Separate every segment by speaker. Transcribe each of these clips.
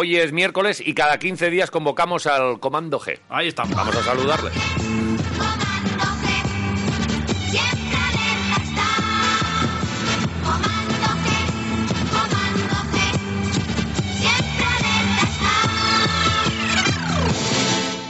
Speaker 1: Hoy es miércoles y cada 15 días convocamos al Comando G.
Speaker 2: Ahí estamos.
Speaker 1: Vamos a saludarle.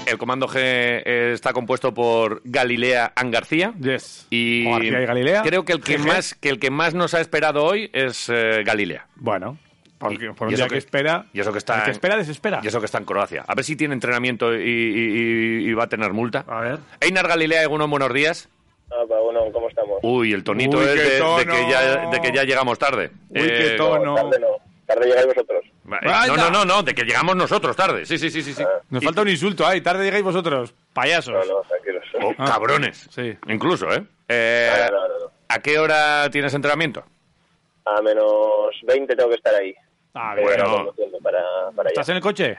Speaker 1: El Comando G eh, está compuesto por Galilea Angarcía.
Speaker 2: Yes.
Speaker 1: Y,
Speaker 2: O García y Galilea.
Speaker 1: Creo que el que,
Speaker 2: Jeje.
Speaker 1: más, que el que más nos ha esperado hoy es eh, Galilea.
Speaker 2: Bueno, porque
Speaker 1: Y-
Speaker 2: por
Speaker 1: y
Speaker 2: un
Speaker 1: eso
Speaker 2: día que,
Speaker 1: que-
Speaker 2: espera.
Speaker 1: y eso que está
Speaker 2: el que
Speaker 1: en-
Speaker 2: espera, desespera.
Speaker 1: Y eso que está en Croacia. A ver si tiene entrenamiento y, y- y- y va a tener multa.
Speaker 2: A ver.
Speaker 1: Einar Galilea, unos buenos días.
Speaker 3: Ah, pa, bueno, ¿cómo estamos?
Speaker 1: Uy, el tonito
Speaker 2: Uy,
Speaker 1: es
Speaker 2: qué
Speaker 1: de, de
Speaker 2: tono.
Speaker 1: que ya, de que ya llegamos tarde.
Speaker 2: Uy, qué tono. no.
Speaker 3: Tarde no, tarde llegáis vosotros.
Speaker 1: va- eh,
Speaker 2: Vaya.
Speaker 1: no, no, no, no, de que llegamos nosotros tarde. Sí, sí, sí, sí. sí.
Speaker 2: Nos
Speaker 1: Y-
Speaker 2: falta un insulto ahí. Tarde llegáis vosotros.
Speaker 3: No,
Speaker 2: Payasos.
Speaker 3: no, tranquilos.
Speaker 1: oh,
Speaker 2: Ah.
Speaker 1: Cabrones.
Speaker 2: Sí.
Speaker 1: Incluso, ¿eh? Eh,
Speaker 3: No, no, no, no.
Speaker 1: ¿A qué hora tienes entrenamiento?
Speaker 3: A menos 20 tengo que estar ahí.
Speaker 2: Ah,
Speaker 3: Tengo
Speaker 1: Bueno.
Speaker 3: que estar conduciendo Para, para allá.
Speaker 2: ¿Estás en el coche?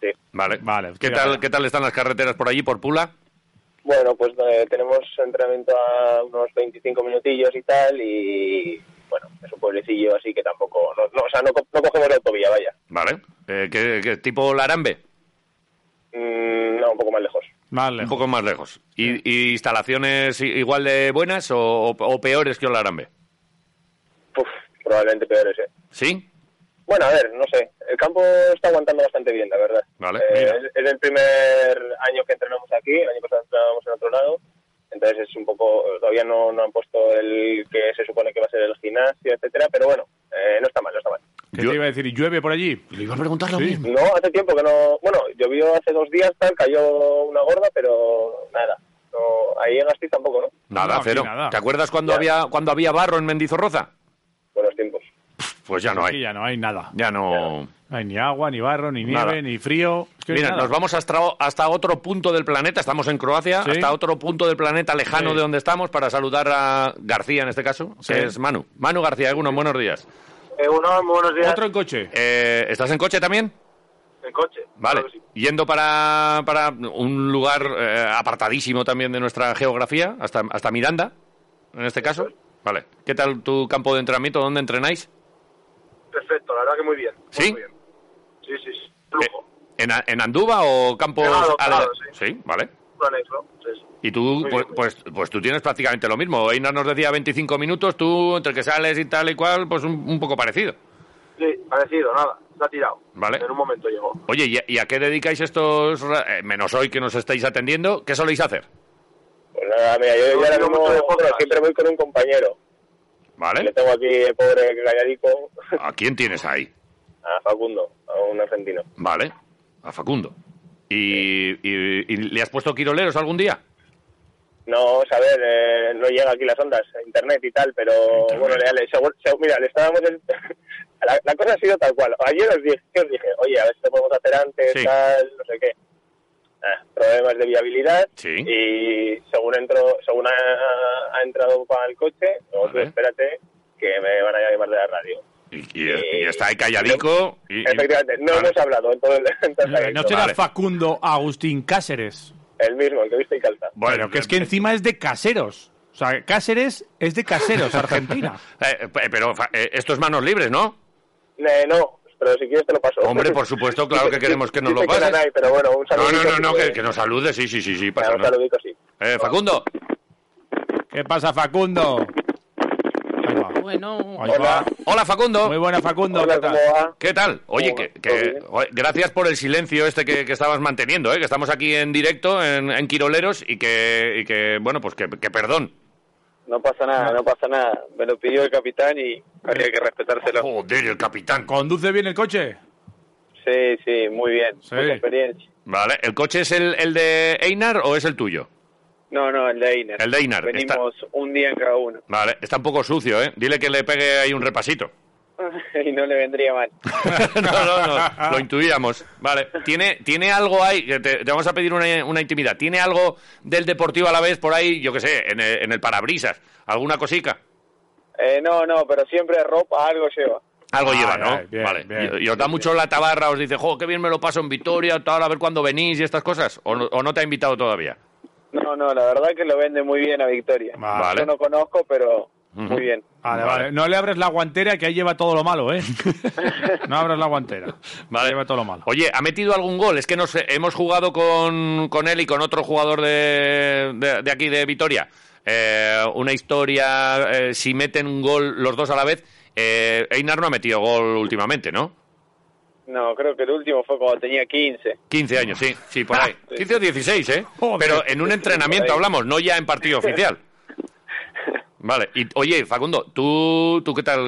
Speaker 3: Sí.
Speaker 1: Vale.
Speaker 2: Vale,
Speaker 1: ¿Qué
Speaker 2: tira,
Speaker 1: tal,
Speaker 2: vaya.
Speaker 1: ¿Qué tal están las carreteras por allí, por Pula?
Speaker 3: Bueno, pues eh, tenemos entrenamiento a unos 25 minutillos y tal, y bueno, es un pueblecillo así que tampoco, no, no, o sea, no, co- no cogemos la autovía, vaya.
Speaker 1: Vale. Eh, ¿qué, qué tipo Larambe?
Speaker 3: Mm, no, un poco más lejos.
Speaker 2: Vale.
Speaker 1: Un poco más lejos. ¿Y, y instalaciones i- igual de buenas o, o- o peores que Olarambe?
Speaker 3: Uf, probablemente peor ese.
Speaker 1: ¿Sí?
Speaker 3: Bueno, a ver, no sé. El campo está aguantando bastante bien, la verdad.
Speaker 1: Vale,
Speaker 3: Eh,
Speaker 1: mira.
Speaker 3: es, es el primer año que entrenamos aquí, el año pasado entrenábamos en otro lado. Entonces es un poco, todavía no, no han puesto el que se supone que va a ser el gimnasio, etcétera, pero bueno, eh, no está mal, no está mal.
Speaker 2: ¿Qué
Speaker 1: Yo-
Speaker 2: te iba a decir? ¿Y ¿Llueve por allí?
Speaker 1: Le iba a preguntar lo
Speaker 2: Sí.
Speaker 1: mismo.
Speaker 3: No, hace tiempo que no, bueno, llovió hace dos días, tal, cayó una gorda, pero nada. No, ahí en Gasteiz tampoco, ¿no?
Speaker 1: Nada,
Speaker 2: No, aquí
Speaker 1: cero.
Speaker 2: nada.
Speaker 1: ¿Te acuerdas cuando
Speaker 3: Ya.
Speaker 1: había cuando había barro en Mendizorroza?
Speaker 3: Buenos tiempos.
Speaker 1: Pues ya no
Speaker 2: Aquí
Speaker 1: hay.
Speaker 2: ya no hay nada.
Speaker 1: Ya no.
Speaker 2: No hay ni agua, ni barro, ni nieve,
Speaker 1: Nada.
Speaker 2: ni frío. Es que
Speaker 1: Mira,
Speaker 2: nada.
Speaker 1: nos vamos hasta, hasta otro punto del planeta. Estamos en Croacia,
Speaker 2: Sí.
Speaker 1: hasta otro punto del planeta lejano
Speaker 2: Sí.
Speaker 1: de donde estamos para saludar a García en este caso,
Speaker 2: Sí.
Speaker 1: que es Manu. Manu García, algunos buenos días.
Speaker 3: Eh, buenos días.
Speaker 2: Otro en coche.
Speaker 1: Eh, ¿Estás en coche también?
Speaker 3: En coche.
Speaker 1: Vale, yendo para, para un lugar eh, apartadísimo también de nuestra geografía, hasta, hasta Miranda, en este caso. Vale, ¿qué tal tu campo de entrenamiento? ¿Dónde entrenáis?
Speaker 3: Perfecto, la verdad que muy bien.
Speaker 1: ¿Sí? muy bien.
Speaker 3: Sí, sí, sí.
Speaker 1: Eh, ¿En, A- en Andúba o campos
Speaker 3: Pegado,
Speaker 1: ale-
Speaker 3: pegado,
Speaker 1: sí. vale.
Speaker 3: sí, sí.
Speaker 1: Y tú,
Speaker 3: Muy
Speaker 1: pues,
Speaker 3: bien.
Speaker 1: pues, pues tú tienes prácticamente lo mismo. Einar nos decía 25 minutos, tú entre que sales y tal y cual, pues un, un poco parecido.
Speaker 3: Sí, parecido, nada. Se ha tirado.
Speaker 1: Vale. En
Speaker 3: un momento llegó.
Speaker 1: Oye, ¿y a, y a qué dedicáis estos, ra- eh, menos hoy que nos estáis atendiendo, qué soléis hacer?
Speaker 3: Pues nada, mira, yo, yo ahora mismo bueno, siempre voy con un compañero. Le
Speaker 1: ¿Vale?
Speaker 3: tengo aquí, el pobre galladico,
Speaker 1: ¿A quién tienes ahí?
Speaker 3: a Facundo, a un argentino.
Speaker 1: Vale, a Facundo. ¿Y, y- y le has puesto quiroleros algún día?
Speaker 3: No, o sea, a ver, eh, no llega aquí las ondas, internet y tal, pero
Speaker 1: Internet.
Speaker 3: bueno, le, le- seguro- seguro- mira, le estábamos... en- la, la cosa ha sido tal cual. Ayer os dije, ¿qué os dije? Oye, a ver si lo podemos hacer antes,
Speaker 1: Sí.
Speaker 3: tal, no sé qué. Ah, problemas de viabilidad
Speaker 1: Sí.
Speaker 3: y según entro, según ha, ha entrado para el coche, digo, tú
Speaker 1: Vale.
Speaker 3: espérate que me van a llamar de la radio.
Speaker 1: Y, y- y está ahí calladico. y- Ah. y-
Speaker 3: Eh, Efectivamente, no
Speaker 1: Vale.
Speaker 3: hemos hablado en todo el, en todo el
Speaker 2: Eh,
Speaker 3: trayecto.
Speaker 2: No será
Speaker 1: Vale.
Speaker 2: Facundo Agustín Cáceres.
Speaker 3: El mismo, el que viste y calza.
Speaker 1: Bueno, eh,
Speaker 2: Pero que es que encima es de caseros. O sea, Cáceres es de caseros, Argentina.
Speaker 1: eh, eh, pero fa- eh, esto es manos libres, ¿no?
Speaker 3: Eh, no, pero si quieres te lo paso.
Speaker 1: Hombre, por supuesto, claro que queremos que nos lo
Speaker 3: Dice
Speaker 1: pases.
Speaker 3: Nanay, pero bueno, un
Speaker 1: No,
Speaker 3: saludo.
Speaker 1: no, no, no,
Speaker 3: pues.
Speaker 1: que, que nos salude, sí, sí, sí, sí, pasa
Speaker 3: un
Speaker 1: nada.
Speaker 3: saludico, sí.
Speaker 1: Eh, Facundo,
Speaker 2: ¿Qué pasa, Facundo? Ahí va.
Speaker 4: Bueno,
Speaker 2: Ahí va.
Speaker 1: hola Facundo.
Speaker 2: Muy buena, Facundo.
Speaker 3: Hola,
Speaker 2: ¿qué tal?
Speaker 3: ¿cómo va?
Speaker 1: ¿Qué tal? Oye,
Speaker 3: Hola,
Speaker 1: que, que-
Speaker 3: ¿todo bien?
Speaker 1: joder, gracias por el silencio este que, que estabas manteniendo, ¿eh? que estamos aquí en directo, en, en Quiroleros, y que, y que bueno, pues que, que perdón.
Speaker 3: No pasa nada, no pasa nada. Me lo pidió el capitán y había que respetárselo.
Speaker 1: Joder, el capitán.
Speaker 2: ¿Conduce bien el coche?
Speaker 3: Sí, sí, muy bien.
Speaker 2: Sí.
Speaker 3: Mucha experiencia.
Speaker 1: Vale, ¿el coche es el, el de Einar o es el tuyo?
Speaker 3: No, no, el de Einar.
Speaker 1: El de Einar,
Speaker 3: Venimos un día en cada uno.
Speaker 1: Vale, está un poco sucio, ¿eh? Dile que le pegue ahí un repasito.
Speaker 3: y no le vendría mal.
Speaker 1: no, no, no, lo intuíamos. Vale, ¿tiene, tiene algo ahí? que Te, te vamos a pedir una, una intimidad. ¿Tiene algo del deportivo a la vez por ahí, yo qué sé, en el, en el parabrisas? ¿Alguna cosica?
Speaker 3: Eh, no, no, pero siempre ropa, algo lleva.
Speaker 1: Algo
Speaker 2: Ay,
Speaker 1: lleva, ¿no?
Speaker 2: ay, Ah, bien,
Speaker 1: vale.
Speaker 2: bien,
Speaker 1: y, y os da mucho la tabarra, os dice, jo, qué bien me lo paso en Vitoria, tal, a ver cuándo venís y estas cosas. ¿O no, o no te ha invitado todavía?
Speaker 3: No, no, la verdad que lo vende muy bien a Victoria.
Speaker 2: Vale.
Speaker 3: Yo no conozco, pero
Speaker 1: Ujú.
Speaker 3: muy bien.
Speaker 2: Vale, vale. No le abres la guantera, que ahí lleva todo lo malo, ¿eh? no abras la guantera.
Speaker 1: Vale.
Speaker 2: Lleva todo lo malo.
Speaker 1: Oye, ¿ha metido algún gol? Es que nos, hemos jugado con, con él y con otro jugador de, de, de aquí, de Vitoria. Eh, una historia, eh, si meten un gol los dos a la vez. Eh, Einar no ha metido gol últimamente, ¿no?
Speaker 5: No, creo que el último fue cuando tenía 15.
Speaker 1: 15 años, sí, sí, por ahí. 15 o 16, ¿eh?
Speaker 2: Joder.
Speaker 1: Pero en un entrenamiento
Speaker 5: por ahí.
Speaker 1: hablamos, no ya en partido oficial. Vale, y oye, Facundo, ¿tú, tú qué tal?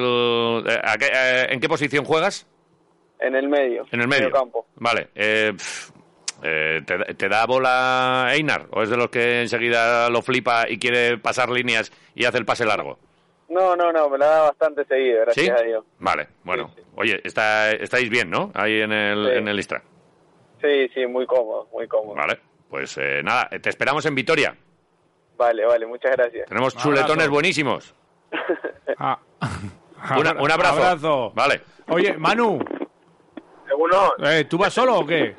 Speaker 1: eh, a qué- eh, ¿En qué posición juegas?
Speaker 5: En el medio.
Speaker 1: En el medio.
Speaker 5: campo.
Speaker 1: Vale. eh, pf, eh, ¿te, te da bola Einar? ¿O es de los que enseguida lo flipa y quiere pasar líneas y hace el pase largo?
Speaker 5: No, no, no, me la da bastante seguido, gracias
Speaker 1: ¿Sí?
Speaker 5: a Dios.
Speaker 1: Vale, bueno.
Speaker 5: Sí, sí.
Speaker 1: Oye, está, estáis bien, ¿no? Ahí en el,
Speaker 5: Sí.
Speaker 1: en el Istra.
Speaker 5: Sí, sí, muy cómodo, muy cómodo. Vale,
Speaker 1: Vale. Pues eh, nada, te esperamos en Vitoria.
Speaker 5: vale, muchas gracias.
Speaker 1: Tenemos
Speaker 2: abrazo.
Speaker 1: chuletones buenísimos.
Speaker 2: Ah.
Speaker 1: Una- un abrazo.
Speaker 2: Abrazo.
Speaker 1: Vale.
Speaker 2: Oye, Manu,
Speaker 5: Seguro,
Speaker 2: eh, ¿tú vas solo o qué?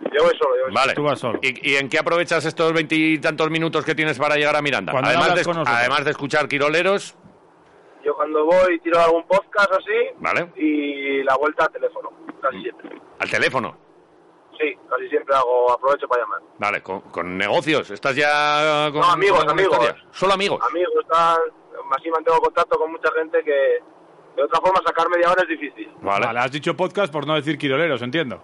Speaker 5: yo voy solo, yo voy
Speaker 1: Vale.
Speaker 2: Tú vas solo.
Speaker 1: ¿Y, y en qué aprovechas estos veintitantos minutos que tienes para llegar a Miranda?
Speaker 2: Cuando
Speaker 1: Además
Speaker 2: hablas
Speaker 1: de,
Speaker 2: con nosotros.
Speaker 1: además de escuchar Quiroleros,
Speaker 5: solo. Yo cuando voy tiro algún podcast así
Speaker 1: Vale.
Speaker 5: y la vuelta al teléfono,
Speaker 1: Mm.
Speaker 5: casi siempre.
Speaker 1: al teléfono.
Speaker 5: Sí, casi siempre hago, aprovecho para llamar.
Speaker 1: Vale, con, con negocios. ¿Estás ya con
Speaker 5: No, amigos,
Speaker 1: con alguna
Speaker 5: amigos.
Speaker 1: Solo amigos.
Speaker 5: Amigos, tal, así mantengo contacto con mucha gente que de otra forma sacar media hora es difícil.
Speaker 1: Vale.
Speaker 2: Vale, has dicho podcast por no decir quiroleros, entiendo.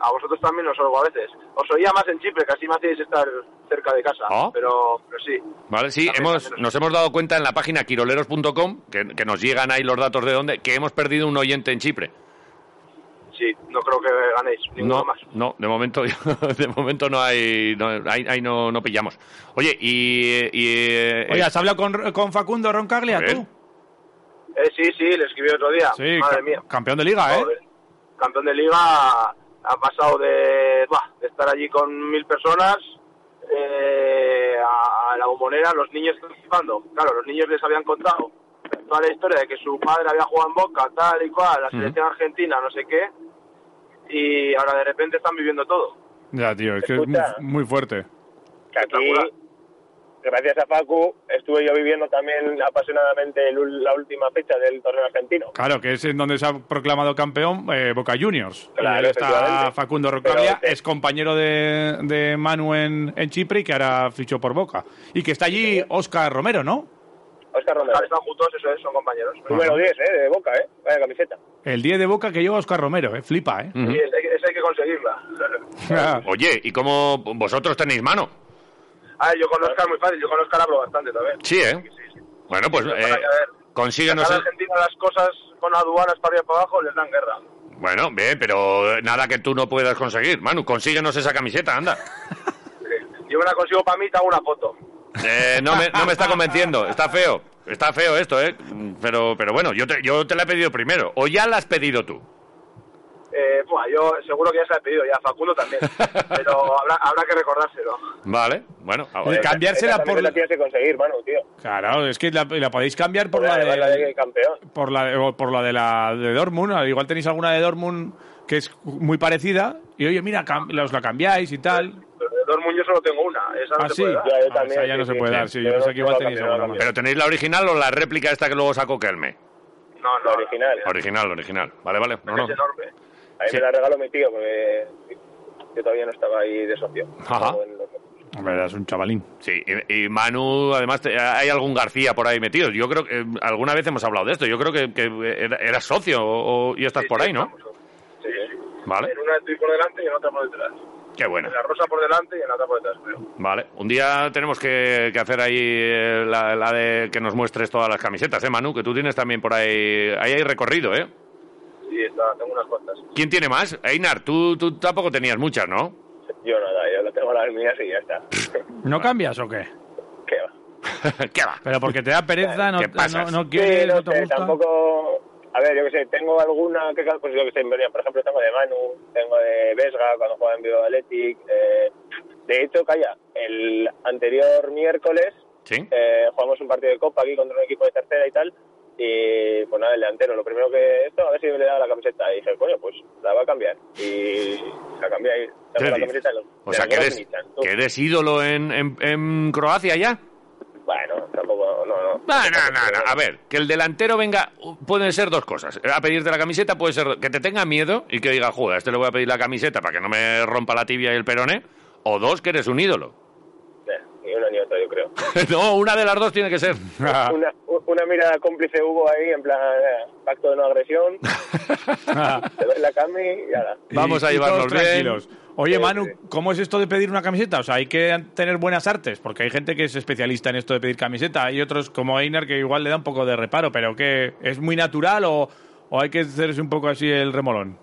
Speaker 5: A vosotros también os oigo a veces. Os oía más en Chipre, que así me hacéis estar cerca de casa.
Speaker 1: Ah.
Speaker 5: Pero, pero sí.
Speaker 1: Vale, sí,
Speaker 5: También,
Speaker 1: hemos,
Speaker 5: también.
Speaker 1: nos hemos dado cuenta en la página quiroleros.com, que, que nos llegan ahí los datos de dónde, que hemos perdido un oyente en Chipre.
Speaker 5: Sí, no creo que ganéis ninguno
Speaker 1: No,
Speaker 5: más.
Speaker 1: no, de momento, de momento no hay, no, ahí, ahí no, no pillamos. Oye, y... y eh,
Speaker 2: Oye, ¿has hablado con, con Facundo Roncaglia,
Speaker 1: Joder.
Speaker 2: tú?
Speaker 5: Eh, sí, sí, le escribí otro día.
Speaker 2: Sí,
Speaker 5: Madre
Speaker 2: ca-
Speaker 5: mía.
Speaker 2: campeón de liga, ¿eh?
Speaker 5: Joder. Campeón de liga ha pasado de, buah, de estar allí con mil personas eh, a, a la bombonera, los niños participando. Claro, los niños les habían contado toda la historia de que su padre había jugado en Boca, tal y cual, la selección argentina, no sé qué. Y ahora de repente están viviendo todo.
Speaker 2: Ya, tío, es que es muy,
Speaker 3: Escucha.
Speaker 2: muy fuerte.
Speaker 3: que aquí,
Speaker 5: Espectacular.
Speaker 3: gracias a Facu, estuve yo viviendo también apasionadamente el ul- la última fecha del torneo argentino.
Speaker 2: Claro, que es en donde se ha proclamado campeón eh, Boca Juniors. Y
Speaker 3: Claro,
Speaker 2: ahí está
Speaker 3: efectivamente.
Speaker 2: Facundo Roncaglia,
Speaker 3: Pero-
Speaker 2: es compañero de, de Manu en, en Chipre y que ahora fichó por Boca. Y que está allí Oscar Romero, ¿no?
Speaker 3: Oscar Romero.
Speaker 5: Claro, están juntos, eso es, son compañeros.
Speaker 3: Número 10, ¿eh? De boca, ¿eh? Vaya camiseta.
Speaker 2: El 10 de Boca que lleva Oscar Romero, ¿eh? Flipa, ¿eh?
Speaker 5: Sí, esa hay que- esa hay que conseguirla.
Speaker 1: Oye, ¿y cómo vosotros tenéis mano?
Speaker 5: A ver, yo con Oscar muy fácil, yo con Oscar hablo bastante también.
Speaker 1: Sí, ¿eh?
Speaker 5: Sí, sí.
Speaker 1: Bueno, pues
Speaker 5: Pero
Speaker 1: eh,
Speaker 5: para que, a ver,
Speaker 1: consíguenos...
Speaker 5: Cada
Speaker 1: el-
Speaker 5: Argentina las cosas con aduanas para arriba y para abajo les dan guerra.
Speaker 1: Bueno, bien, pero nada que tú no puedas conseguir. Manu, consíguenos esa camiseta, anda.
Speaker 5: Yo me la consigo para mí, te hago una foto.
Speaker 1: Eh, no, me, no me está convenciendo, está feo. Está feo esto, ¿eh? Pero, pero bueno, yo te, yo te la he pedido primero. O ya la has pedido tú.
Speaker 5: Eh, buah, yo seguro que ya se la he pedido, ya Facundo también. Pero habrá, habrá que recordárselo.
Speaker 1: Vale, bueno. ah, eh, a-
Speaker 2: El cambiársela
Speaker 3: Esa
Speaker 2: por...
Speaker 3: camiseta tienes que conseguir, Manu, tío.
Speaker 2: Claro, es que la, la podéis cambiar por
Speaker 3: Para
Speaker 2: la
Speaker 3: llevarla
Speaker 2: de...
Speaker 3: de campeón.
Speaker 2: por la de, o por la de la de Dortmund, al igual tenéis alguna de Dortmund que es muy parecida y oye, mira, cam- os la cambiáis y tal.
Speaker 5: Pero de Dortmund yo solo tengo una, esa no
Speaker 2: Ah,
Speaker 5: se
Speaker 2: sí.
Speaker 5: puede dar.
Speaker 3: Ya, yo
Speaker 2: Ah,
Speaker 3: también,
Speaker 2: esa ya
Speaker 3: sí,
Speaker 2: no se
Speaker 3: sí,
Speaker 2: puede
Speaker 3: sí.
Speaker 2: dar, sí, yo
Speaker 3: Pero
Speaker 2: pensé
Speaker 3: no
Speaker 2: que igual
Speaker 3: la
Speaker 2: tenéis
Speaker 3: cambié, no la
Speaker 2: alguna más.
Speaker 1: ¿Pero tenéis la original o la réplica esta que luego sacó Kelme?
Speaker 5: No, no,
Speaker 3: La original.
Speaker 1: Original, original. Vale, vale. No, no.
Speaker 5: Es enorme.
Speaker 3: A mí
Speaker 1: Sí.
Speaker 3: me la regaló mi tío, porque yo todavía no estaba ahí de socio.
Speaker 1: Ajá.
Speaker 2: Hombre, es un chavalín.
Speaker 1: Sí, y, y Manu, además, te- hay algún García por ahí metido. Yo creo que eh, alguna vez hemos hablado de esto. Yo creo que, que era- eras socio o- o- y estás
Speaker 5: Sí,
Speaker 1: por
Speaker 5: sí,
Speaker 1: ahí, ¿no?
Speaker 5: estamos. Sí, sí.
Speaker 1: Vale,
Speaker 5: En una estoy por delante y en otra por detrás.
Speaker 1: qué bueno.
Speaker 5: En la rosa por delante y en la otra por detrás, creo.
Speaker 1: Vale, un día tenemos que, que hacer ahí eh, la, la de que nos muestres todas las camisetas, ¿eh, Manu? Que tú tienes también por ahí. Ahí hay recorrido, ¿eh?
Speaker 5: Sí, está, tengo unas cuantas.
Speaker 1: ¿Quién tiene más? Einar, tú, tú tampoco tenías muchas, ¿no?
Speaker 3: Yo nada, yo la tengo las mías y ya está.
Speaker 2: ¿No cambias o qué?
Speaker 3: ¿Qué va?
Speaker 1: ¿Qué va?
Speaker 2: Pero porque te da pereza, no,
Speaker 1: ¿Qué pasas?
Speaker 2: no- no quieres,
Speaker 3: Sí, no,
Speaker 2: no te
Speaker 3: sé,
Speaker 2: gusta.
Speaker 3: tampoco. A ver, yo que sé, tengo alguna que, pues yo que sé, mira, por ejemplo, tengo de Manu, tengo de Vesga cuando jugaba en Vivo Athletic. eh, de hecho, calla, el anterior miércoles
Speaker 1: Sí.
Speaker 3: eh, jugamos un partido de Copa aquí contra un equipo de tercera y tal. Y pues nada, el delantero, lo primero que esto, a ver si le da la camiseta. Y dije, coño, pues la va a cambiar. Y la cambié ahí.
Speaker 1: ¿Qué
Speaker 3: Tengo la
Speaker 1: dices?
Speaker 3: camiseta de los-
Speaker 1: O
Speaker 3: de
Speaker 1: sea,
Speaker 3: los
Speaker 1: que eres,
Speaker 3: Groznychan, tú.
Speaker 1: que eres ídolo en, en- en Croacia ya.
Speaker 3: Bueno, tampoco, no, no.
Speaker 1: No, no, no, no. A ver, que el delantero venga, pueden ser dos cosas. A pedirte la camiseta puede ser que te tenga miedo y que diga, joder, a este le voy a pedir la camiseta para que no me rompa la tibia y el peroné. O dos, que eres un ídolo.
Speaker 3: Eh, Ni uno ni otro, yo creo.
Speaker 1: no, una de las dos tiene que ser. Ah.
Speaker 3: Una, u- una mirada cómplice Hugo ahí, en plan, eh, pacto de no agresión,
Speaker 2: Ah,
Speaker 3: te doy la cami y ala.
Speaker 1: Vamos a
Speaker 2: Y- y todos
Speaker 1: llevarnos bien.
Speaker 2: tranquilos. Oye,
Speaker 3: Sí,
Speaker 2: Manu,
Speaker 3: sí.
Speaker 2: ¿cómo es esto de pedir una camiseta? O sea, hay que tener buenas artes, porque hay gente que es especialista en esto de pedir camiseta. Hay otros como Einar que igual le da un poco de reparo, pero que es muy natural o, o hay que hacerse un poco así el remolón.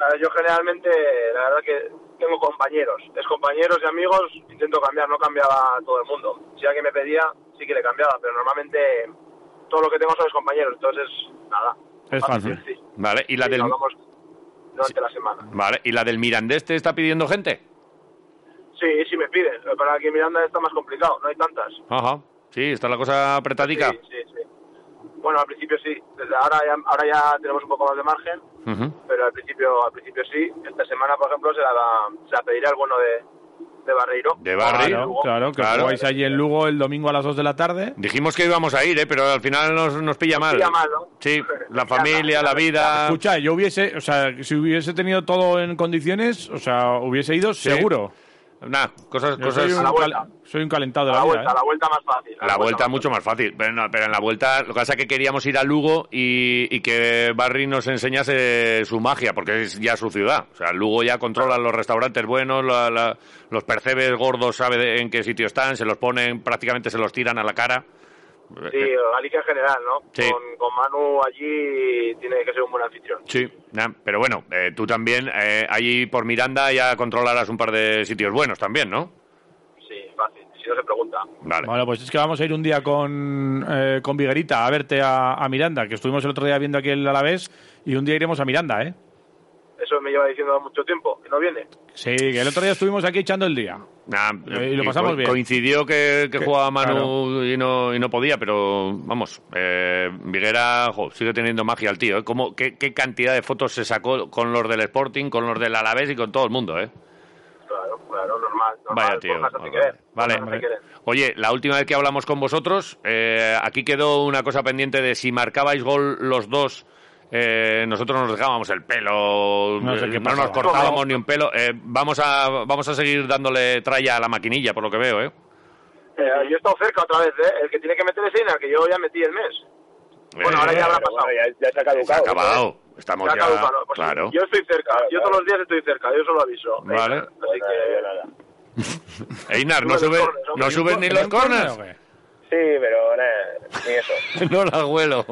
Speaker 5: A ver, yo generalmente, la verdad que tengo compañeros, es compañeros y amigos, intento cambiar, no cambiaba a todo el mundo. Si alguien me pedía, sí que le cambiaba, pero normalmente todo lo que tengo son mis compañeros, entonces nada.
Speaker 2: Es
Speaker 5: Fácil,
Speaker 2: fácil.
Speaker 5: sí.
Speaker 1: Vale, y la
Speaker 5: Sí,
Speaker 1: del,
Speaker 5: hablamos durante la semana.
Speaker 1: vale, ¿y la del Mirandés te está pidiendo gente?
Speaker 5: Sí, sí me piden, pero para aquí en Miranda está más complicado, no hay tantas.
Speaker 1: Ajá. Sí, está la cosa apretadica.
Speaker 5: Sí, sí, sí. Bueno, al principio sí, desde ahora ya, ahora ya tenemos un poco más de margen,
Speaker 1: Ujú.
Speaker 5: pero al principio al principio sí. Esta semana, por ejemplo, se la, da- se la pediré al bueno de, de Barreiro.
Speaker 1: De Barreiro,
Speaker 5: Y
Speaker 2: Claro,
Speaker 5: luego-
Speaker 2: claro, que
Speaker 1: Claro.
Speaker 2: jugáis allí en Lugo el domingo a las 2 de la tarde.
Speaker 1: Dijimos que íbamos a ir, ¿eh? pero al final nos, nos pilla mal.
Speaker 5: pilla mal, ¿no?
Speaker 1: Sí, la
Speaker 5: Pilla
Speaker 1: familia,
Speaker 5: mal,
Speaker 1: la
Speaker 5: la
Speaker 1: vida.
Speaker 2: Escucha, yo hubiese, o sea, si hubiese tenido todo en condiciones, o sea, hubiese ido
Speaker 1: Sí.
Speaker 2: seguro.
Speaker 1: Nah, cosas,
Speaker 2: Yo
Speaker 1: cosas.
Speaker 2: soy, un
Speaker 5: la
Speaker 2: cal-
Speaker 5: vuelta.
Speaker 2: soy un calentado de
Speaker 5: A
Speaker 2: la,
Speaker 5: la
Speaker 2: vida, ¿eh?
Speaker 5: vuelta, a la vuelta más fácil. a
Speaker 1: La vuelta
Speaker 5: más
Speaker 1: mucho más fácil, pero, no, pero en la vuelta lo que pasa es que queríamos ir a Lugo y, y que Barry nos enseñase su magia, porque es ya su ciudad. O sea, Lugo ya controla los restaurantes buenos, la- la- los percebes gordos sabe de- en qué sitio están, se los ponen, prácticamente se los tiran a la cara.
Speaker 5: fácil. Sí, Galicia en general, ¿no?
Speaker 1: eh, Sí.
Speaker 5: Con, con Manu allí tiene que ser un buen anfitrión.
Speaker 1: Sí, nah, pero bueno, eh, tú también, eh, allí por Miranda ya controlarás un par de sitios buenos también, ¿no?
Speaker 5: Sí, fácil, si no se pregunta.
Speaker 1: Vale.
Speaker 2: Bueno, pues es que vamos a ir un día con, eh, con Viguerita a verte a, a Miranda, que estuvimos el otro día viendo aquí el Alavés, y un día iremos a Miranda, ¿eh?
Speaker 5: Eso me lleva diciendo mucho tiempo, que no viene.
Speaker 2: Sí, que el otro día estuvimos aquí echando el día.
Speaker 1: Nah,
Speaker 2: Y lo
Speaker 1: eh,
Speaker 2: pasamos
Speaker 1: co-
Speaker 2: bien.
Speaker 1: Coincidió que, que
Speaker 2: Que-
Speaker 1: jugaba Manu y, no, y no podía, pero vamos, eh, Viguera jo, sigue teniendo magia el tío. ¿eh? Cómo- qué, qué cantidad de fotos se sacó con los del Sporting, con los del Alavés y con todo el mundo? ¿eh?
Speaker 5: Claro, claro, normal. normal
Speaker 1: Vaya tío.
Speaker 5: cosas hace que
Speaker 1: Vale.
Speaker 5: ver,
Speaker 1: Vale.
Speaker 5: cosas hace que ver.
Speaker 1: Oye, la última vez que hablamos con vosotros, eh, aquí quedó una cosa pendiente de si marcabais gol los dos. eh, nosotros nos dejábamos el pelo,
Speaker 2: No sé
Speaker 1: eh,
Speaker 2: qué
Speaker 1: nos
Speaker 2: pasaba.
Speaker 1: cortábamos ni un pelo. Eh, vamos, a, vamos a seguir dándole tralla a la maquinilla, por lo que veo, ¿eh?
Speaker 5: Eh, yo he estado cerca otra vez, ¿eh? El que tiene que meter es Einar, que yo ya metí el mes. Bueno, ahora ya habrá
Speaker 3: Pero
Speaker 5: pasado.
Speaker 3: bueno, ya, ya se ha caducado.
Speaker 1: Se ha Eh, acabado. Estamos
Speaker 5: Ya
Speaker 1: ya.
Speaker 5: acabo, claro, pues
Speaker 1: claro.
Speaker 5: Yo estoy cerca,
Speaker 3: Claro,
Speaker 5: yo
Speaker 3: claro.
Speaker 5: todos los días estoy cerca, yo solo aviso.
Speaker 1: Vale.
Speaker 5: Einar, Así
Speaker 3: ¿no? Nada,
Speaker 5: que...
Speaker 3: nada.
Speaker 1: Einar, no
Speaker 5: Sube los
Speaker 1: subes
Speaker 5: corners, hombre.
Speaker 1: no subes ni los corners.
Speaker 3: Sí, pero nada, ni eso.
Speaker 1: No las huelo.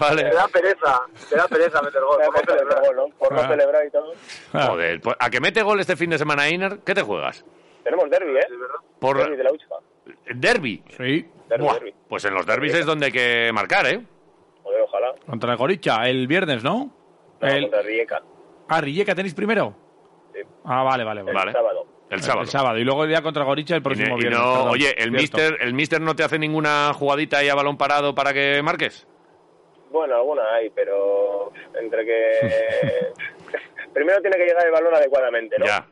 Speaker 1: Vale.
Speaker 5: Te da pereza, te da pereza meter gol.
Speaker 3: Nada,
Speaker 5: ¿cómo
Speaker 3: por
Speaker 5: celebrar?
Speaker 3: celebrar, ¿no? Por no
Speaker 2: Ah.
Speaker 3: celebrar y todo.
Speaker 1: Joder, pues, a que mete gol este fin de semana, Einar, ¿qué te juegas?
Speaker 3: Tenemos derby, ¿eh?
Speaker 5: Sí, ¿verdad?
Speaker 1: Por
Speaker 3: Derby de la Uchifa.
Speaker 1: derby.
Speaker 2: Sí,
Speaker 3: Derby, derby.
Speaker 1: Pues en los derbis es donde hay que marcar, ¿eh?
Speaker 3: Joder, ojalá.
Speaker 2: contra el Goricha, el viernes, ¿no?
Speaker 3: No,
Speaker 2: El-
Speaker 3: contra Rijeka.
Speaker 2: Ah, Rilleca tenéis primero.
Speaker 3: Sí.
Speaker 2: Ah, vale, vale,
Speaker 3: El
Speaker 2: vale.
Speaker 1: Vale.
Speaker 3: sábado.
Speaker 1: El sábado.
Speaker 2: Y luego el día contra Goricha
Speaker 1: Y
Speaker 2: el
Speaker 1: ne-
Speaker 2: próximo
Speaker 1: y
Speaker 2: viernes.
Speaker 1: no-
Speaker 2: perdón.
Speaker 1: oye, el
Speaker 2: Cierto.
Speaker 1: mister, ¿el mister no te hace ninguna jugadita ahí a balón parado para que marques?
Speaker 3: Bueno, alguna hay, pero entre que... Primero tiene que llegar el balón adecuadamente, ¿no?
Speaker 1: Ya.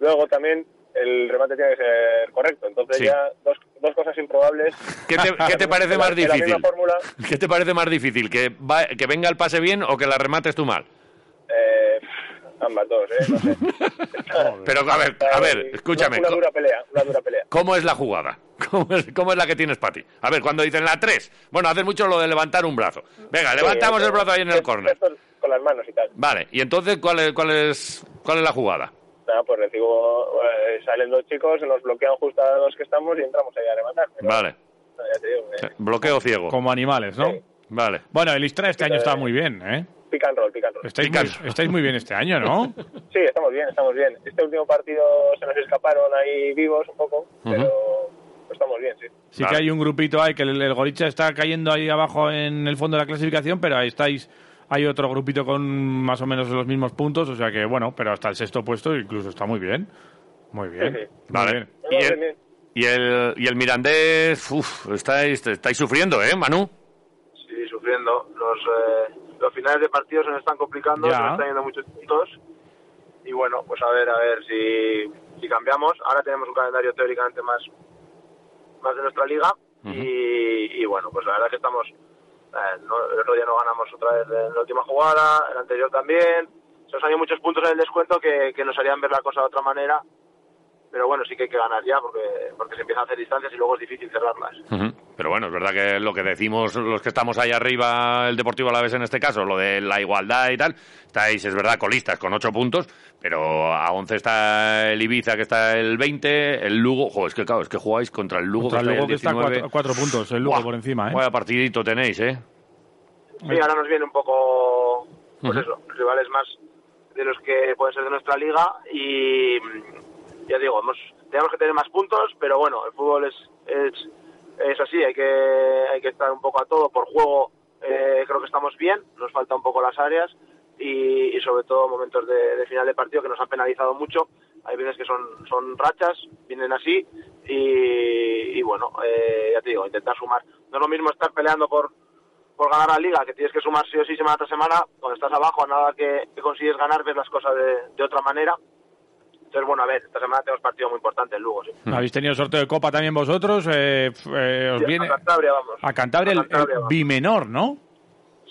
Speaker 3: Luego también el remate tiene que ser correcto. Entonces
Speaker 1: Sí.
Speaker 3: ya dos, dos cosas improbables.
Speaker 1: ¿Qué te, qué te parece más
Speaker 3: La- de La
Speaker 1: difícil?
Speaker 3: misma fórmula,
Speaker 1: ¿Qué te parece más difícil? ¿Que, va- ¿Que venga el pase bien o que la remates tú mal?
Speaker 3: eh, ambas dos, ¿eh? No sé.
Speaker 1: Pero a ver, a
Speaker 3: Una-
Speaker 1: ver, escúchame.
Speaker 3: Una, dura pelea, una dura pelea.
Speaker 1: ¿Cómo es la jugada? ¿Cómo es, cómo es la que tienes para ti? A ver, cuando dicen la 3, bueno, hacen mucho lo de levantar un brazo. Venga, levantamos
Speaker 3: Sí,
Speaker 1: el brazo ahí en el
Speaker 3: Eh, esto-
Speaker 1: córner.
Speaker 3: esto Con las manos y tal.
Speaker 1: Vale, y entonces, ¿cuál es, cuál es, cuál es la jugada?
Speaker 3: Nada, pues recibo, eh, salen dos chicos, nos bloquean justo a los que estamos y entramos ahí a rematar. Pero,
Speaker 1: Vale,
Speaker 3: no, ya te digo, eh,
Speaker 1: bloqueo ciego.
Speaker 2: Como animales, ¿no?
Speaker 3: Sí.
Speaker 1: Vale.
Speaker 2: Bueno, el Istra este año está muy bien, ¿eh?
Speaker 3: pick and roll, pick and roll.
Speaker 2: Estáis
Speaker 1: Pican.
Speaker 2: muy, estáis muy bien este año, ¿no?
Speaker 3: Sí, estamos bien, estamos bien. Este último partido se nos escaparon ahí vivos un poco, pero pues estamos bien, sí.
Speaker 2: Sí
Speaker 1: Claro.
Speaker 2: que hay un grupito ahí, que el, el Goricha está cayendo ahí abajo en el fondo de la clasificación, pero ahí estáis, hay otro grupito con más o menos los mismos puntos, o sea que bueno, pero hasta el sexto puesto incluso está muy bien. Muy bien.
Speaker 3: Sí, sí.
Speaker 2: muy
Speaker 1: Vale.
Speaker 2: bien.
Speaker 1: Y
Speaker 3: Bien,
Speaker 1: el,
Speaker 3: bien.
Speaker 1: y el, y el Mirandés, uff, estáis, estáis sufriendo, ¿eh, Manu?
Speaker 5: Sí, sufriendo. Los, eh, los finales de partido se nos están complicando,
Speaker 2: Ya.
Speaker 5: se nos están yendo muchos puntos. Y bueno, pues a ver, a ver si, si cambiamos. Ahora tenemos un calendario teóricamente más, más de nuestra liga. y, y, y bueno, pues la verdad es que estamos, eh, no- el otro día no ganamos otra vez en la última jugada, el anterior también, se nos han ido muchos puntos en el descuento que, que nos harían ver la cosa de otra manera, pero bueno, sí que hay que ganar ya porque, porque se empiezan a hacer distancias y luego es difícil cerrarlas.
Speaker 1: Ujú. Pero bueno, es verdad que lo que decimos los que estamos ahí arriba, el Deportivo Alavés en este caso, lo de la igualdad y tal, estáis, es verdad, colistas con ocho puntos, pero a 11 está el Ibiza que está el 20, el Lugo, jo, es que claro, es que jugáis contra el Lugo
Speaker 2: Contra el Lugo que
Speaker 1: que
Speaker 2: está
Speaker 1: está
Speaker 2: a
Speaker 1: ahí el 19.
Speaker 2: cuatro, a cuatro puntos, el Lugo
Speaker 1: Buah,
Speaker 2: por encima, ¿eh?
Speaker 1: Vaya partidito tenéis, ¿eh?
Speaker 5: Sí, ahora nos viene un poco, pues
Speaker 1: Ujú.
Speaker 5: eso, rivales más de los que pueden ser de nuestra liga y mm, ya digo, hemos, tenemos que tener más puntos, pero bueno, el fútbol es, es, es así, hay que, hay que estar un poco a todo, por juego eh, creo que estamos bien, nos falta un poco las áreas y, y sobre todo momentos de, de final de partido que nos han penalizado mucho, hay veces que son, son rachas, vienen así y, y bueno, eh, ya te digo, intentar sumar, no es lo mismo estar peleando por por ganar la liga, que tienes que sumar sí o sí semana tras semana, cuando estás abajo a nada que, que consigues ganar, ves las cosas de, de otra manera. Entonces, bueno, a ver, esta semana tenemos partido muy importante en Lugo, sí.
Speaker 2: Habéis tenido sorteo de Copa también vosotros. eh, f- eh, os
Speaker 5: Sí,
Speaker 2: viene
Speaker 5: A Cantabria, vamos.
Speaker 2: a Cantabria el, el
Speaker 5: vamos.
Speaker 2: bimenor, ¿no?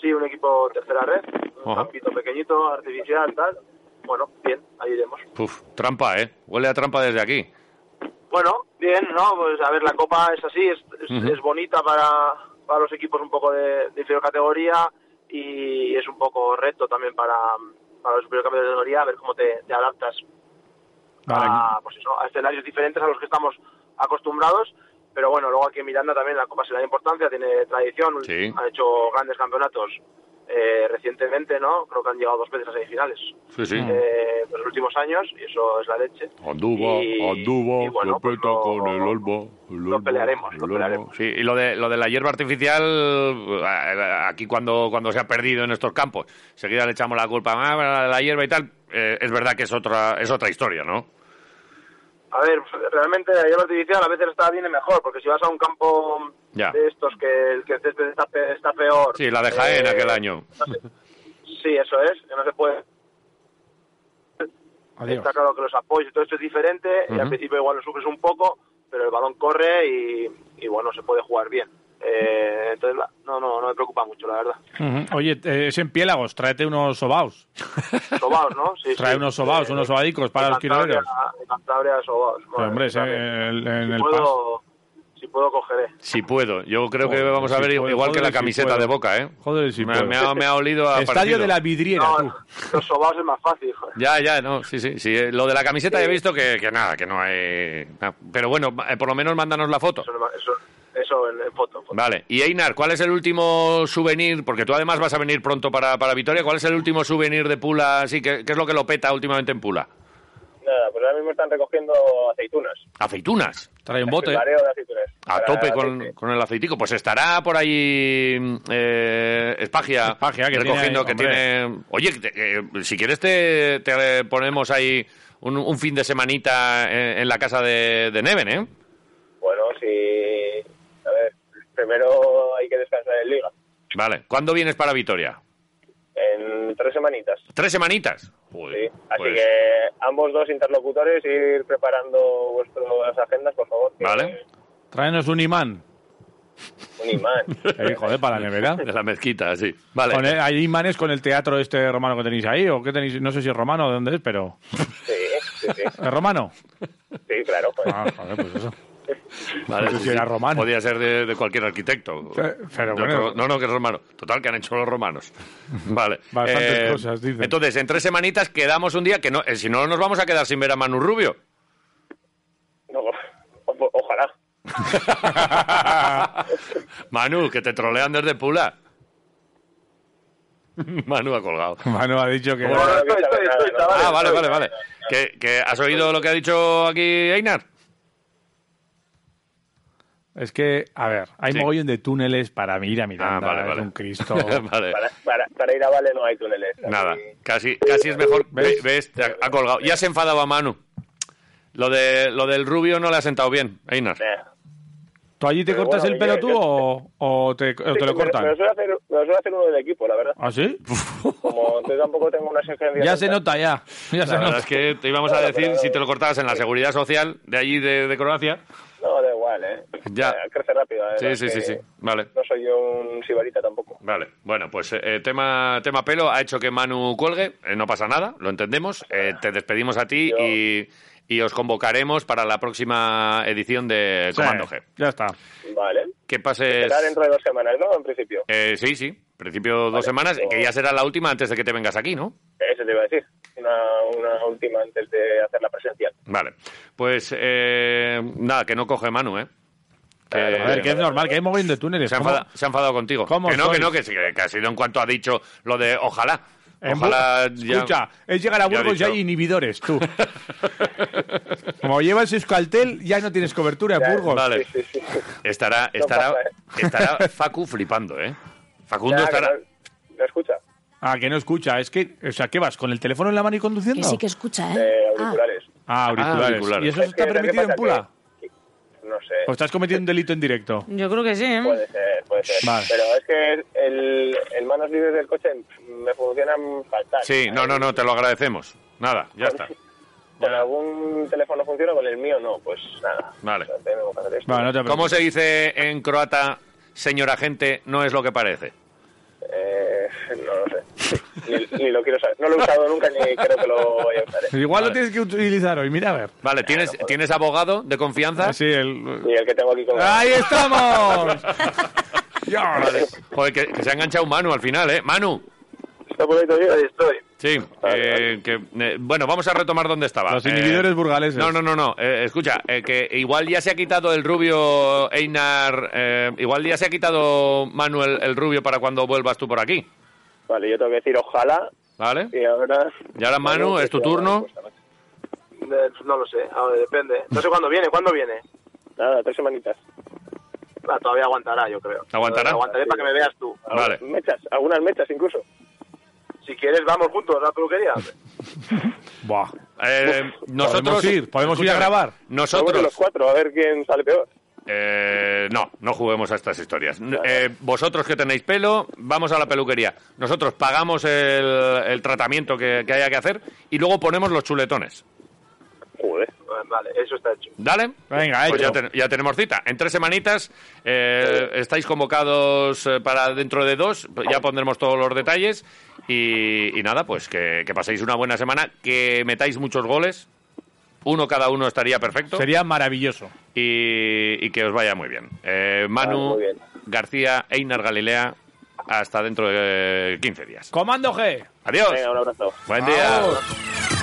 Speaker 5: Sí, un equipo tercera red, un
Speaker 1: Ajá.
Speaker 5: campito pequeñito, artificial, tal. Bueno, bien, ahí iremos.
Speaker 1: Uf, trampa, ¿eh? Huele a trampa desde aquí.
Speaker 5: Bueno, bien, ¿no? Pues a ver, la Copa es así, es, es,
Speaker 1: Ujú.
Speaker 5: es bonita para, para los equipos un poco de, de inferior categoría y es un poco reto también para, para los superior categoría, a ver cómo te, te adaptas
Speaker 2: Vale.
Speaker 5: a, pues eso, a escenarios diferentes a los que estamos acostumbrados. Pero bueno, luego aquí en Miranda también la Copa se le da importancia, tiene tradición,
Speaker 1: Sí.
Speaker 5: han hecho grandes campeonatos eh, recientemente, ¿no? Creo que han llegado dos veces a semifinales
Speaker 1: Sí, sí.
Speaker 2: Mm.
Speaker 5: eh, los últimos años y eso es la leche.
Speaker 1: Anduba,
Speaker 5: Y-
Speaker 1: anduba,
Speaker 5: y bueno, pues
Speaker 1: copeta
Speaker 5: lo-
Speaker 1: con el alba. el
Speaker 5: lo
Speaker 1: alba,
Speaker 5: pelearemos,
Speaker 1: el
Speaker 5: lo
Speaker 1: alba.
Speaker 5: pelearemos.
Speaker 1: Sí, y lo de, lo de la hierba artificial, eh, aquí cuando, cuando se ha perdido en estos campos, seguida le echamos la culpa a la, la hierba y tal. eh, es verdad que es otra, es otra historia, ¿no?
Speaker 5: A ver, realmente la hierba artificial a veces está bien y mejor, porque si vas a un campo
Speaker 1: Ya.
Speaker 5: de estos que el que el césped está, pe- está peor.
Speaker 1: Sí, la de Jaén
Speaker 5: eh,
Speaker 1: aquel año.
Speaker 5: no sé. Sí, eso es, que no se puede.
Speaker 2: Adiós.
Speaker 5: Está claro que los apoyos y todo esto es diferente, y
Speaker 1: Ujú.
Speaker 5: al principio igual lo sufres un poco, pero el balón corre y, y bueno, se puede jugar bien. Eh, entonces, la- no, no, no me preocupa mucho, la verdad.
Speaker 2: Ujú. Oye, eh, es en Piélagos, tráete unos sobaos.
Speaker 5: Sobaos, ¿no? Sí,
Speaker 2: Trae
Speaker 5: sí. Eh,
Speaker 2: unos sobaos, unos sobadicos para
Speaker 5: de
Speaker 2: los
Speaker 5: Cantabria-
Speaker 2: quiroleros.
Speaker 5: de Cantabria, sobaos.
Speaker 2: Pero, hombre,
Speaker 5: Madre,
Speaker 2: ese- el- en
Speaker 5: si
Speaker 2: el
Speaker 5: puedo, si puedo, cogeré.
Speaker 1: Si puedo. Yo creo que
Speaker 2: Joder,
Speaker 1: vamos a
Speaker 2: si
Speaker 1: ver
Speaker 2: puedo,
Speaker 1: igual que la
Speaker 2: joder, si
Speaker 1: camiseta
Speaker 2: puedo.
Speaker 1: de Boca, ¿eh?
Speaker 2: Joder, si
Speaker 1: me,
Speaker 2: puedo.
Speaker 1: me ha, me ha olido a
Speaker 2: Estadio
Speaker 1: partido.
Speaker 2: de la vidriera,
Speaker 5: No,
Speaker 2: tú.
Speaker 5: los sobaos es más fácil.
Speaker 1: Ya, ya, no, sí, sí, sí. eh, Lo de la camiseta he visto que, que nada, que no hay... nada. Pero bueno, eh, por lo menos mándanos la foto.
Speaker 5: Eso, eso, eso en, en foto. en foto.
Speaker 1: Vale, y Einar, ¿cuál es el último souvenir? Porque tú además vas a venir pronto para, para Vitoria. ¿Cuál es el último souvenir de Pula? Sí, ¿qué, qué es lo que lo peta últimamente en Pula?
Speaker 3: Nada, pues ahora mismo están recogiendo aceitunas.
Speaker 1: Aceitunas.
Speaker 2: Trae un bote.
Speaker 3: El bareo de aceitunas.
Speaker 1: A
Speaker 2: Eh,
Speaker 3: Para
Speaker 1: tope
Speaker 3: el
Speaker 1: con,
Speaker 3: aceite.
Speaker 1: con el aceitico. Pues estará por ahí eh, Espagia,
Speaker 2: Espagia, que tiene
Speaker 1: recogiendo
Speaker 2: ahí,
Speaker 1: que
Speaker 2: hombre.
Speaker 1: tiene... Oye, que te- que si quieres te, te ponemos ahí un, un fin de semanita en, en la casa de, de Neven, ¿eh?
Speaker 3: Bueno, sí. A ver, primero hay que descansar en Liga.
Speaker 1: Vale, ¿cuándo vienes para Vitoria?
Speaker 3: En tres semanitas.
Speaker 1: ¿Tres semanitas?
Speaker 3: Sí.
Speaker 1: Joder,
Speaker 3: Así
Speaker 1: pues-
Speaker 3: que ambos dos interlocutores, ir preparando vuestras agendas, por favor. que-
Speaker 1: Vale.
Speaker 2: Tráenos un imán.
Speaker 3: Un imán.
Speaker 2: Eh, joder, para la nevera.
Speaker 1: De la mezquita, sí. Vale.
Speaker 2: Con el- ¿Hay imanes con el teatro este romano que tenéis ahí? ¿O qué tenéis? No sé si es romano o de dónde es, pero...
Speaker 3: Sí, sí, sí.
Speaker 2: ¿Es romano?
Speaker 3: Sí, claro. pues.
Speaker 2: Ah, joder, pues eso.
Speaker 1: Vale,
Speaker 2: No sé si era romano.
Speaker 1: Podía ser de, de cualquier arquitecto.
Speaker 2: Pe- pero
Speaker 1: De
Speaker 2: bueno.
Speaker 1: no, no, que es romano. Total, que han hecho los romanos. Vale. Eh,
Speaker 2: Bastantes cosas, dicen.
Speaker 1: Entonces, en tres semanitas quedamos un día que no, eh, si no nos vamos a quedar sin ver a Manu Rubio.
Speaker 3: No, o- ojalá.
Speaker 1: Manu, que te trolean desde Pula. Manu ha colgado.
Speaker 2: Manu ha dicho que...
Speaker 3: No, no, no,
Speaker 5: estoy,
Speaker 3: no,
Speaker 5: estoy,
Speaker 3: nada,
Speaker 5: estoy,
Speaker 3: no.
Speaker 5: chaval. Vale,
Speaker 1: ah, vale,
Speaker 3: estoy,
Speaker 1: vale,
Speaker 3: no,
Speaker 1: vale.
Speaker 3: no, no.
Speaker 1: ¿Que, que has oído lo que ha dicho aquí Einar?
Speaker 2: Es que, a ver, hay
Speaker 1: Sí.
Speaker 2: mogollón de túneles para ir a Miranda.
Speaker 1: Ah, vale,
Speaker 2: es
Speaker 1: vale.
Speaker 2: un Cristo.
Speaker 1: vale.
Speaker 3: Para, para, para ir a Vale no hay túneles.
Speaker 1: Nada,
Speaker 3: Ahí-
Speaker 1: casi, casi es mejor. ¿Ves?
Speaker 2: ¿Ves?
Speaker 1: Te ha, ha colgado. Ya se enfadaba Manu. Lo, de, lo del rubio no le ha sentado bien, Einar.
Speaker 3: Nah.
Speaker 2: ¿Tú allí te
Speaker 3: Pero
Speaker 2: cortas
Speaker 3: bueno,
Speaker 2: el pelo
Speaker 3: yo-
Speaker 2: tú
Speaker 3: yo-
Speaker 2: o, o te, o te
Speaker 3: Sí,
Speaker 2: lo
Speaker 3: me- Me,
Speaker 2: cortan?
Speaker 3: lo suele hacer, me lo suele hacer uno del equipo, la verdad.
Speaker 2: ¿Ah, sí?
Speaker 3: Como yo tampoco tengo unas exigencias.
Speaker 2: Ya se
Speaker 3: tantas.
Speaker 2: nota, ya. Ya se
Speaker 1: La verdad
Speaker 2: nota.
Speaker 1: es que te íbamos a decir si te lo cortabas en la seguridad social de allí de, de Croacia.
Speaker 3: No, da chaval, ¿eh?
Speaker 1: Ya.
Speaker 3: Eh, crece rápido. eh,
Speaker 1: Sí,
Speaker 3: es
Speaker 1: sí,
Speaker 3: que
Speaker 1: sí, sí. Vale.
Speaker 3: No soy yo un sibarita tampoco.
Speaker 1: Vale, bueno, pues eh, tema, tema pelo ha hecho que Manu cuelgue, eh, no pasa nada, lo entendemos, eh, te despedimos a ti
Speaker 3: Yo-
Speaker 1: y, y os convocaremos para la próxima edición de Comando
Speaker 2: Sí,
Speaker 1: G.
Speaker 2: Ya está.
Speaker 3: Vale.
Speaker 1: Que pases...
Speaker 3: Será dentro de dos semanas, ¿no? En principio.
Speaker 1: eh, sí, sí, principio dos semanas,
Speaker 2: pues
Speaker 3: yo-
Speaker 1: que ya será la última antes de que te vengas aquí, ¿no?
Speaker 3: Eso te iba a decir. Una, una última antes de hacer la presencial.
Speaker 1: Vale, pues eh, nada, que no coge Manu, ¿eh? Que-
Speaker 2: A ver, que es normal, que hay mogollón de túneles.
Speaker 1: se, ha
Speaker 2: ¿cómo?
Speaker 1: enfada- se ha enfadado contigo.
Speaker 2: cómo
Speaker 1: que no, que
Speaker 2: sois?
Speaker 1: no, que, sí, que ha sido en cuanto ha dicho lo de ojalá.
Speaker 2: En
Speaker 1: Ojalá
Speaker 2: Bu-
Speaker 1: ya-
Speaker 2: Escucha, es llegar
Speaker 1: ya
Speaker 2: a
Speaker 1: ha
Speaker 2: Burgos y
Speaker 1: dicho.
Speaker 2: hay inhibidores, tú. Como llevas Euskaltel, ya no tienes cobertura en
Speaker 3: Ya,
Speaker 2: Burgos.
Speaker 1: Vale.
Speaker 3: Sí, sí, sí.
Speaker 1: Estará,
Speaker 3: No
Speaker 1: estará,
Speaker 3: pasa, ¿eh?
Speaker 1: estará Facu flipando, ¿eh? Facundo
Speaker 3: Ya, que
Speaker 1: estará.
Speaker 3: no- no escucha.
Speaker 2: Ah, que no escucha. Es que, o sea, ¿qué vas? ¿Con el teléfono en la mano y conduciendo?
Speaker 6: Que sí que escucha, ¿eh?
Speaker 3: Eh,
Speaker 6: Ah,
Speaker 3: auriculares.
Speaker 2: Ah, auriculares.
Speaker 1: Ah, auriculares.
Speaker 2: ¿Y eso
Speaker 3: Es Eh,
Speaker 2: está
Speaker 3: que, ¿sabes qué
Speaker 2: permitido en
Speaker 3: pasa?
Speaker 2: Pula?
Speaker 3: Que- que- no sé.
Speaker 1: Pues-
Speaker 2: ¿O estás cometiendo un delito en directo?
Speaker 7: Yo creo que sí, ¿eh?
Speaker 3: Puede ser, puede ser.
Speaker 2: Vale.
Speaker 3: Pero es que el, el manos libres del coche me funcionan fatal.
Speaker 1: Sí, no, no, no, te lo agradecemos. Nada, ya está.
Speaker 3: Con algún teléfono funciona, con el mío no, pues nada.
Speaker 1: Vale.
Speaker 3: O sea, tengo que hacer esto.
Speaker 2: Vale, no te
Speaker 1: ¿Cómo
Speaker 2: preocupes.
Speaker 1: se dice en croata, señora gente, no es lo que parece?
Speaker 3: Eh, no lo sé. ni, ni lo quiero saber. No lo he usado nunca ni creo que lo voy a usar. ¿eh?
Speaker 2: Pues Igual lo
Speaker 1: Vale.
Speaker 2: tienes que utilizar hoy, mira a ver.
Speaker 1: Vale, ¿tienes, ¿tienes abogado de confianza?
Speaker 2: Así el...
Speaker 3: Ni el que tengo aquí
Speaker 1: Ah.
Speaker 3: con
Speaker 2: ¡Ahí estamos! Dios.
Speaker 1: Vale. Joder, que, que se ha enganchado Manu al final, ¿eh? Manu,
Speaker 3: Está por ahí todavía.
Speaker 5: Ahí estoy.
Speaker 1: sí.
Speaker 3: Vale,
Speaker 1: eh,
Speaker 3: vale.
Speaker 1: que, eh, bueno, vamos a retomar dónde estaba. Eh,
Speaker 2: Los inhibidores burgaleses.
Speaker 1: No, no, no, no. eh, escucha, eh, que igual ya se ha quitado el rubio Einar, eh, igual ya se ha quitado Manuel el rubio para cuando vuelvas tú por aquí,
Speaker 3: Vale, yo tengo que decir ojalá.
Speaker 1: ¿vale?
Speaker 3: Y ahora. pues
Speaker 1: Y ahora, Manu, es tu turno.
Speaker 5: Eh, No lo sé, ahora depende. No sé cuándo viene, ¿cuándo viene?
Speaker 3: Nada, tres semanitas.
Speaker 5: Ah, todavía aguantará, yo creo.
Speaker 1: ¿Aguantará?
Speaker 5: Aguantaré para que me veas tú.
Speaker 1: Vale.
Speaker 3: Mechas, algunas mechas incluso.
Speaker 5: Si quieres, vamos juntos a la peluquería. hombre.
Speaker 2: Buah.
Speaker 1: Eh, nosotros
Speaker 2: ¿Podemos ir? ¿Podemos ir a
Speaker 1: Escúchame,
Speaker 2: grabar?
Speaker 3: Vamos
Speaker 1: Nosotros
Speaker 3: los cuatro, a ver quién sale peor.
Speaker 1: eh, no, no juguemos a estas historias. N- eh, vosotros que tenéis pelo, vamos a la peluquería. Nosotros pagamos el, el tratamiento que, que haya que hacer y luego ponemos los chuletones.
Speaker 3: Joder.
Speaker 5: Bueno, Vale, eso está hecho.
Speaker 1: ¿Dale?
Speaker 2: Venga,
Speaker 1: Pues ya,
Speaker 2: hecho.
Speaker 1: ten- ya tenemos cita. En tres semanitas eh, estáis convocados eh, para dentro de dos. Ya pondremos todos los detalles. Y, y nada, pues que, que paséis una buena semana, que metáis muchos goles. Uno cada uno estaría perfecto.
Speaker 2: Sería maravilloso.
Speaker 1: y, y que os vaya muy bien. Eh, Manu,
Speaker 3: Ah, muy bien.
Speaker 1: García, Einar Galilea, hasta dentro de 15 días.
Speaker 2: ¡Comando G!
Speaker 1: Adiós.
Speaker 3: Venga, un abrazo.
Speaker 1: Buen día.
Speaker 2: Vamos.